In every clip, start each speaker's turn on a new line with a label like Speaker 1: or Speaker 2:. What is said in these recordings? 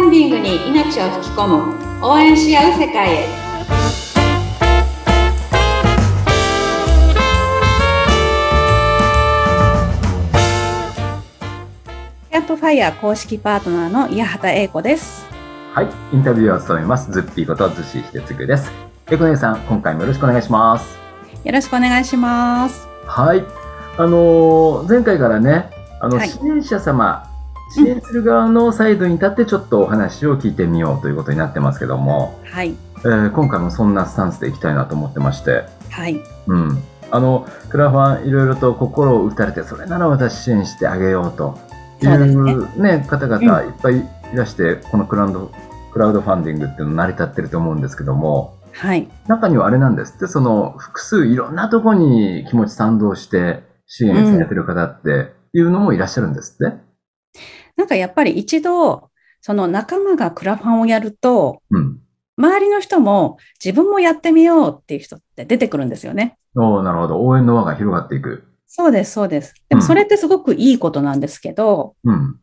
Speaker 1: に命を吹き込む応援し合う世界へ
Speaker 2: キャンプファイヤー公式パートナーの矢畑英子です。
Speaker 3: はい、インタビューを務めます、ズッピーことズシヒデツグです。えこねさん、今回もよろしくお願いします。
Speaker 2: よろしくお願いします。
Speaker 3: はい、あのー前回からね、あの、
Speaker 2: はい
Speaker 3: 支援者様、支援する側のサイドに立ってちょっとお話を聞いてみようということになってますけども、
Speaker 2: はい。
Speaker 3: えー今回もそんなスタンスでいきたいなと思ってまして、
Speaker 2: はい。
Speaker 3: うん。あの、クラファンいろいろと心を打たれて、それなら私支援してあげようとい
Speaker 2: そうです
Speaker 3: うね、方々いっぱいいらして、このクラウド、クラウドファンディングっていうの成り立ってると思うんですけども、
Speaker 2: はい。
Speaker 3: 中にはあれなんですって、その複数いろんなとこに気持ち賛同して支援されてる方っていうのもいらっしゃるんですって。
Speaker 2: なんかやっぱり一度、その仲間がクラファンをやると、
Speaker 3: うん。
Speaker 2: 周りの人も自分もやってみようっていう人って出てくるんですよね。
Speaker 3: おおなるほど。応援の輪が広がっていく。
Speaker 2: そうです、そうです。でもそれってすごくいいことなんですけど、
Speaker 3: うん。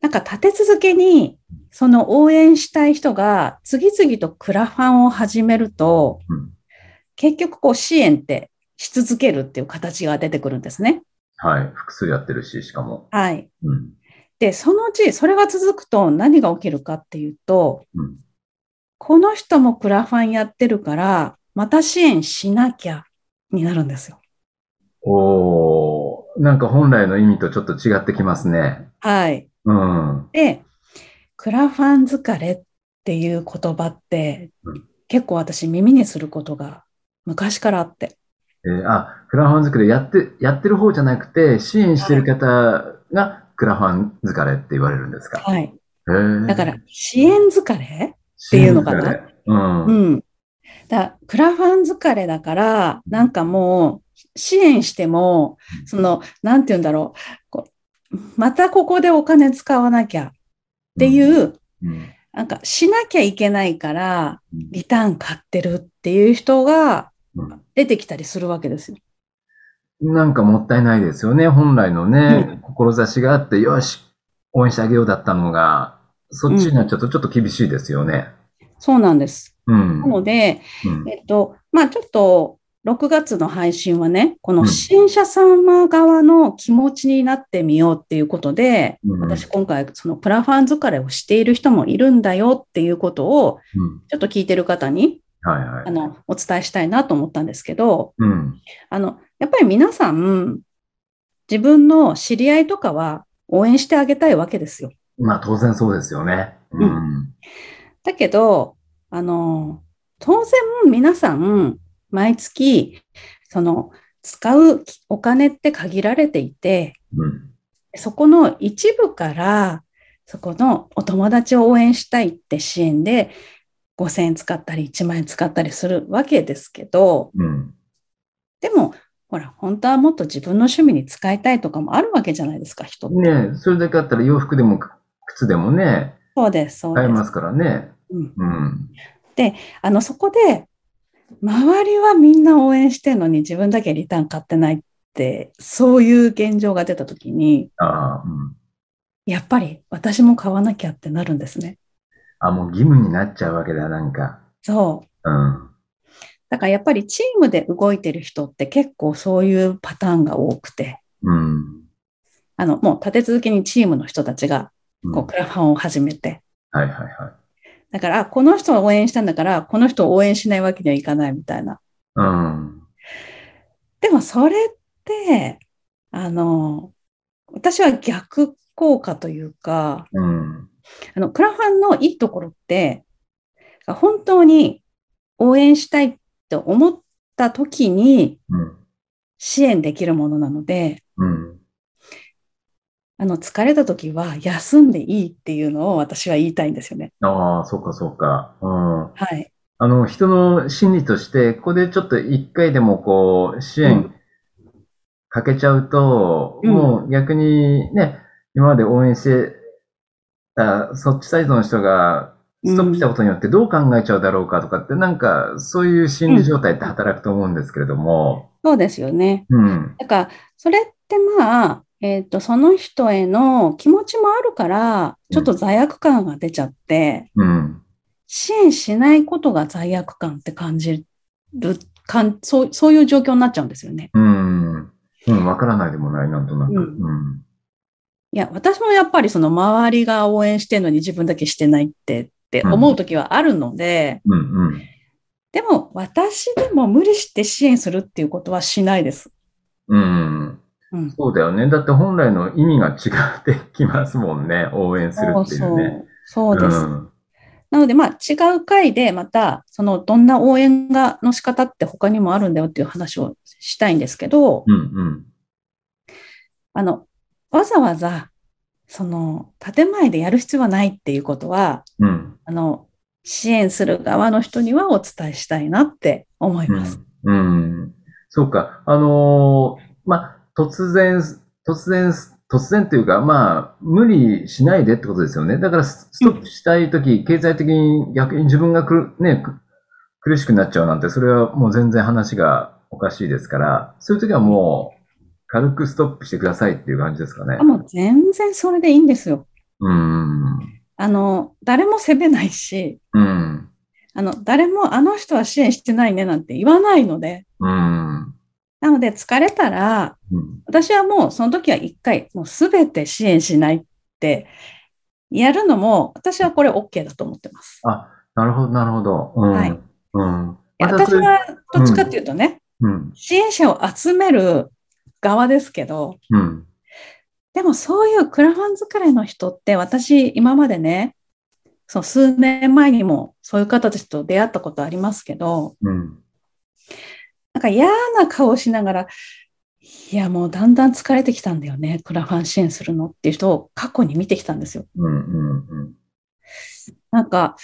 Speaker 2: なんか立て続けに、その応援したい人が次々とクラファンを始めると、
Speaker 3: うん。
Speaker 2: 結局こう支援ってし続けるっていう形が出てくるんですね。
Speaker 3: はい。複数やってるし、しかも。
Speaker 2: はい。
Speaker 3: うん。
Speaker 2: で、そのうちそれが続くと何が起きるかっていうと、
Speaker 3: うん。
Speaker 2: この人もクラファンやってるから、また支援しなきゃになるんですよ。
Speaker 3: おー、なんか本来の意味とちょっと違ってきますね。
Speaker 2: はい。
Speaker 3: うん。
Speaker 2: で、クラファン疲れっていう言葉って
Speaker 3: う、
Speaker 2: 結構私耳にすることが昔からあって。
Speaker 3: えーあ、クラファン作りやって、やってる方じゃなくて、支援してる方がクラファン疲れって言われるんですか。
Speaker 2: はい。
Speaker 3: へー
Speaker 2: だから、、支援疲れていうのかな
Speaker 3: 支援疲れうん。
Speaker 2: う
Speaker 3: うん。
Speaker 2: ん。だクラファン疲れだから、なんかもう、支援しても、その、なんて言うんだろうこう、またここでお金使わなきゃっていう、
Speaker 3: うん。
Speaker 2: なんかしなきゃいけないから、リターン買ってるっていう人が
Speaker 3: うん
Speaker 2: 出てきたりするわけですよ。
Speaker 3: なんかもったいないですよね。本来のね、志があって、よし、応援してあげようだったのが、そっちにはちょっと、ちょっと厳しいですよね。
Speaker 2: そうなんです。
Speaker 3: うん。
Speaker 2: なので、
Speaker 3: うん
Speaker 2: えっと、まあちょっと、6月の配信はね、こ
Speaker 3: う
Speaker 2: の
Speaker 3: ん
Speaker 2: 支援者様側の気持ちになってみようっていうことで、
Speaker 3: うん
Speaker 2: 私今回そのクラファン疲れをしている人もいるんだよっていうことを、
Speaker 3: うん。
Speaker 2: ちょっと聞いてる方に、
Speaker 3: はいはい。
Speaker 2: あの、お伝えしたいなと思ったんですけど、
Speaker 3: うん。
Speaker 2: あの、やっぱり皆さん、自分の知り合いとかは応援してあげたいわけですよ。
Speaker 3: まあ当然そうですよね。
Speaker 2: う
Speaker 3: うん。
Speaker 2: だけど、あの、当然皆さん、毎月、その、使うお金って限られていて、
Speaker 3: うん。
Speaker 2: そこの一部から、そこのお友達を応援したいって支援で、5000円使ったり1万円使ったりするわけですけど、
Speaker 3: うん。
Speaker 2: でも、ほら、本当はもっと自分の趣味に使いたいとかもあるわけじゃないですか、人って。
Speaker 3: ねえそれだけあったら洋服でも靴でもね、
Speaker 2: そうです、そう
Speaker 3: 買え
Speaker 2: で。
Speaker 3: ますすからね。
Speaker 2: うん、
Speaker 3: うん。
Speaker 2: あの、そこで、周りはみんな応援してるのに自分だけリターン買ってないって、そういう現状が出たときに、
Speaker 3: ああ、うん。
Speaker 2: やっぱり私も買わなきゃってなるんですね。
Speaker 3: あ、もう義務になっちゃうわけだ、なんか。
Speaker 2: そう。
Speaker 3: うん。
Speaker 2: だからやっぱりチームで動いてる人って結構そういうパターンが多くて、
Speaker 3: うん。
Speaker 2: あの、もう立て続けにチームの人たちが、
Speaker 3: うん
Speaker 2: こう、クラファンを始めて、
Speaker 3: はいはいはい。
Speaker 2: だから、あこの人を応援したんだから、この人を応援しないわけにはいかないみたいな。
Speaker 3: うん。
Speaker 2: でもそれって、あの、私は逆効果というか、
Speaker 3: うん。
Speaker 2: あの、クラファンのいいところって、本当に応援したいって思った時に
Speaker 3: うん。
Speaker 2: 支援できるものなので、
Speaker 3: うん。
Speaker 2: あの、疲れた時は休んでいいっていうのを私は言いたいんですよね。
Speaker 3: ああ、そうかそうか。うん。
Speaker 2: はい。
Speaker 3: あの、人の心理として、ここでちょっと一回でもこう、支
Speaker 2: う
Speaker 3: 援かけちゃうと、
Speaker 2: うん
Speaker 3: もう逆にね、今まで応援してた、そっちサイドの人が、ストップしたことによってどう考えちゃうだろうかとかって、なんか、そういう心理状態って働くと思うんですけれども、
Speaker 2: そうですよね。
Speaker 3: うん、
Speaker 2: だから、それっってまあ、えっ、と、その人への気持ちもあるから、ちょっと罪悪感が出ちゃって、
Speaker 3: うん。
Speaker 2: 支援しないことが罪悪感って感じる、かんそうそういう状況になっちゃうんですよね。
Speaker 3: うん。うん、わからないでもない、なんとなく。
Speaker 2: う
Speaker 3: うんん。
Speaker 2: いや、私もやっぱりその周りが応援してるのに自分だけしてないってって思う時はあるので、
Speaker 3: うん、うん。
Speaker 2: でも私でも無理して支援するっていうことはしないです。
Speaker 3: うん。
Speaker 2: うん。
Speaker 3: そうだよね。だって本来の意味が違ってきますもんね。応援するっていうね。
Speaker 2: そうそう。そうです。
Speaker 3: ん
Speaker 2: なので、まあ、違う回で、また、その、どんな応援が、の仕方って他にもあるんだよっていう話をしたいんですけど、
Speaker 3: うん
Speaker 2: あの、わざわざ、その、建前でやる必要はないっていうことは、
Speaker 3: うん。うん。
Speaker 2: あの、支援する側の人にはお伝えしたいなって思います。
Speaker 3: うん。うん。そうか。あのーま、突然、突然、突然というか、まあ、無理しないでってことですよね。だから、スストップしたいとき、経済的に逆に自分がくる、ね、く苦しくなっちゃうなんて、それはもう全然話がおかしいですから、そういうときはもう、軽くストップしてくださいっていう感じですかね
Speaker 2: あ。もう全然それでいいんですよ。
Speaker 3: うん。
Speaker 2: あの、誰も責めないし、
Speaker 3: うん。
Speaker 2: あの、誰もあの人は支援してないねなんて言わないので、
Speaker 3: うん。
Speaker 2: なので疲れたら、
Speaker 3: うん
Speaker 2: 私はもうその時は一回、もうすべて支援しないって、やるのも、私はこれ OK だと思ってます。
Speaker 3: あ、なるほど、なるほど。うん。
Speaker 2: はい
Speaker 3: うん。
Speaker 2: いや
Speaker 3: また
Speaker 2: 私
Speaker 3: それ
Speaker 2: はどっちかっていうとね、
Speaker 3: うん。
Speaker 2: 支援者を集める側ですけど、
Speaker 3: うん。
Speaker 2: でもそういうクラファン疲れの人って、私今までね、そう数年前にもそういう方たちと出会ったことありますけど、
Speaker 3: うん。
Speaker 2: なんか嫌な顔しながら、いやもうだんだん疲れてきたんだよね、クラファン支援するのっていう人を過去に見てきたんですよ。
Speaker 3: うん。うん。
Speaker 2: なんか、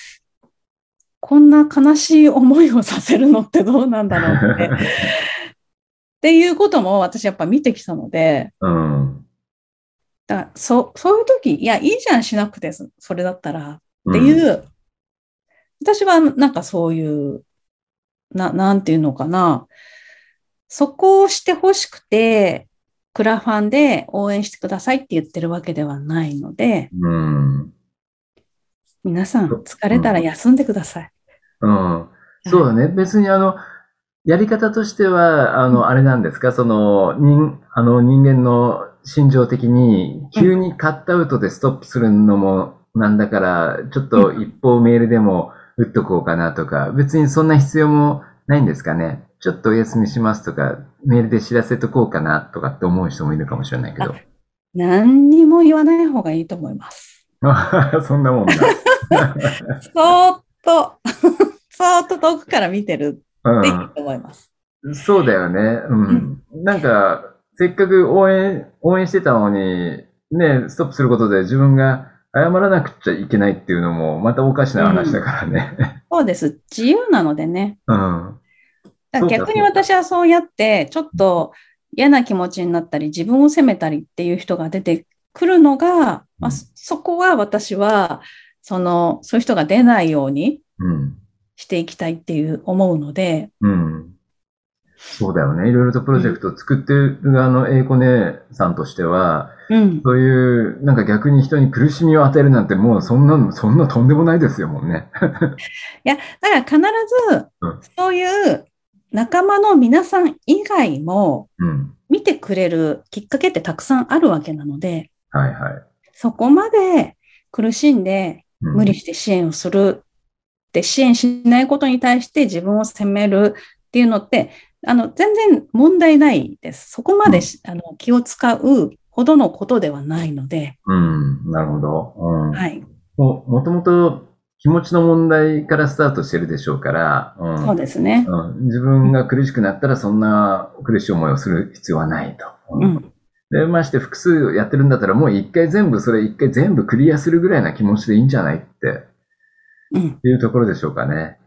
Speaker 2: こんな悲しい思いをさせるのってどうなんだろうって。っていうことも私やっぱ見てきたので、
Speaker 3: うん。
Speaker 2: だからそそういう時、いや、いいじゃんしなくて、そそれだったら
Speaker 3: うん。
Speaker 2: っていう、私はなんかそういう、ななんていうのかな、そこをしてほしくて、クラファンで応援してくださいって言ってるわけではないので、
Speaker 3: うん。
Speaker 2: 皆さん疲れたら休んでください。
Speaker 3: うん。そうだね。別にあの、やり方としては、あ
Speaker 2: うん
Speaker 3: の、あれなんですか、その、人、あの、人間の心情的に、急にカットアウトでストップするのもなんだから、ちょっと一方メールでも打っとこうかなとか、別にそんな必要もないんですかね。ちょっとお休みしますとか、メールで知らせとこうかなとかって思う人もいるかもしれないけど。
Speaker 2: 何にも言わない方がいいと思います。
Speaker 3: そんな もんだ。
Speaker 2: そーっと、 そーっと遠くから見てる
Speaker 3: う
Speaker 2: ってい
Speaker 3: ん
Speaker 2: いと思います。
Speaker 3: そうだよね。うん。なんか、せっかく応援、応援してたのに、ね、ストップすることで自分が謝らなくちゃいけないっていうのも、またおかしな話だからね。
Speaker 2: そうです。自由なのでね。
Speaker 3: うん。
Speaker 2: だから
Speaker 3: そうだ
Speaker 2: 逆に私はそうやって、ちょっと嫌な気持ちになったり、自分を責めたりっていう人が出てくるのが、まあ、そそこは私は、その、そういう人が出ないように
Speaker 3: うん。
Speaker 2: していきたいっていう思うので、
Speaker 3: うん。そうだよね。いろいろとプロジェクトを作ってる側の英子姉さんとしては、
Speaker 2: うん。
Speaker 3: そういう、なんか逆に人に苦しみを与えるなんてもうそんなの、そんなとんでもないですよもんね。
Speaker 2: いや、だから
Speaker 3: う
Speaker 2: 必ず、そういう仲間の皆さん以外も、
Speaker 3: うん。
Speaker 2: 見てくれるきっかけってたくさんあるわけなので、
Speaker 3: はいはい。
Speaker 2: そこまで苦しんで
Speaker 3: うん
Speaker 2: 無理して支援をするって、支援しないことに対して自分を責めるっていうのって、あの、全然問題ないです。そこまでし、あの気を使うほどのことではないので、
Speaker 3: うん。なるほど。うん。
Speaker 2: はい。
Speaker 3: もうもともと気持ちの問題からスタートしてるでしょうから、うん
Speaker 2: そうですね。
Speaker 3: うん、自分が苦しくなったらそんな苦しい思いをする必要はないと。う
Speaker 2: うんん。
Speaker 3: で、まして複数やってるんだったらもう一回全部、それ一回全部クリアするぐらいな気持ちでいいんじゃないって
Speaker 2: うん。
Speaker 3: いうところでしょうかね。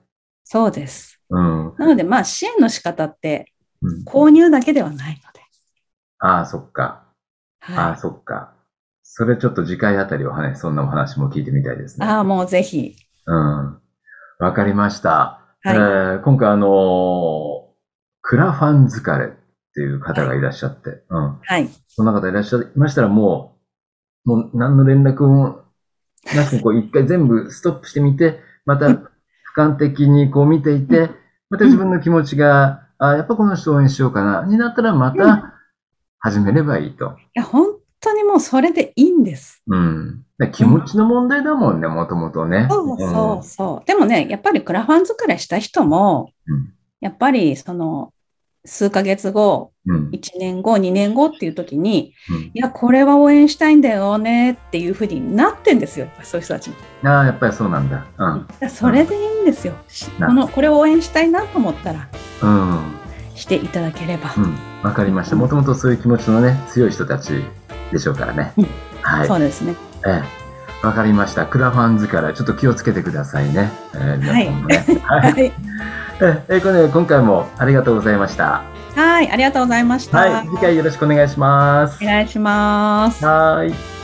Speaker 2: そうです。
Speaker 3: うん。うん
Speaker 2: なので、まあ、支援の仕方って購入だけではないので。
Speaker 3: ああ、そっか。あ
Speaker 2: は
Speaker 3: あ、
Speaker 2: い。
Speaker 3: そっか。それちょっと次回あたりお話、そんなお話も聞いてみたいですね。
Speaker 2: ああ、もうぜひ。
Speaker 3: うん。わかりました。
Speaker 2: はい
Speaker 3: えー今回あのークラファン疲れっていう方がいらっしゃって、うん。
Speaker 2: はい。
Speaker 3: そんな方いらっしゃいましたら、もう、もう何の連絡もなく、こう一回全部ストップしてみて、また俯瞰的にこう見ていて、また自分の気持ちが、あやっぱこの人応援しようかな、になったらまた始めればいいと。
Speaker 2: いや、本当にもうそれでいいんです。
Speaker 3: うん。だから気持ちの問題だもんね、もともとね。
Speaker 2: そうそうそう。でもね、やっぱりクラファン疲れした人も
Speaker 3: うん、
Speaker 2: やっぱりその、数ヶ月後、
Speaker 3: うん。うん。
Speaker 2: 1年後、2年後っていう時に、
Speaker 3: うん
Speaker 2: いや、これは応援したいんだよねっていうふうになってんですよ、やっぱそういう人たちも。
Speaker 3: ああ、やっぱりそうなんだ。うん。
Speaker 2: だからそれでいいんですよ。
Speaker 3: な
Speaker 2: この、これを応援したいなと思ったら、
Speaker 3: うん。
Speaker 2: していただければ。
Speaker 3: うん。わかりました。もともとそういう気持ちのね、強い人たちでしょうからね
Speaker 2: うん。
Speaker 3: はい。
Speaker 2: そうですね。
Speaker 3: ええ、わかりました。クラファンズからちょっと気をつけてくださいね。ええ皆さんもね。は。
Speaker 2: はいい。
Speaker 3: ええ、これね今回もありがとうございました。
Speaker 2: はい、ありがとうございました。
Speaker 3: はい、次回よろしくお願いします
Speaker 2: お。願いします。
Speaker 3: はい。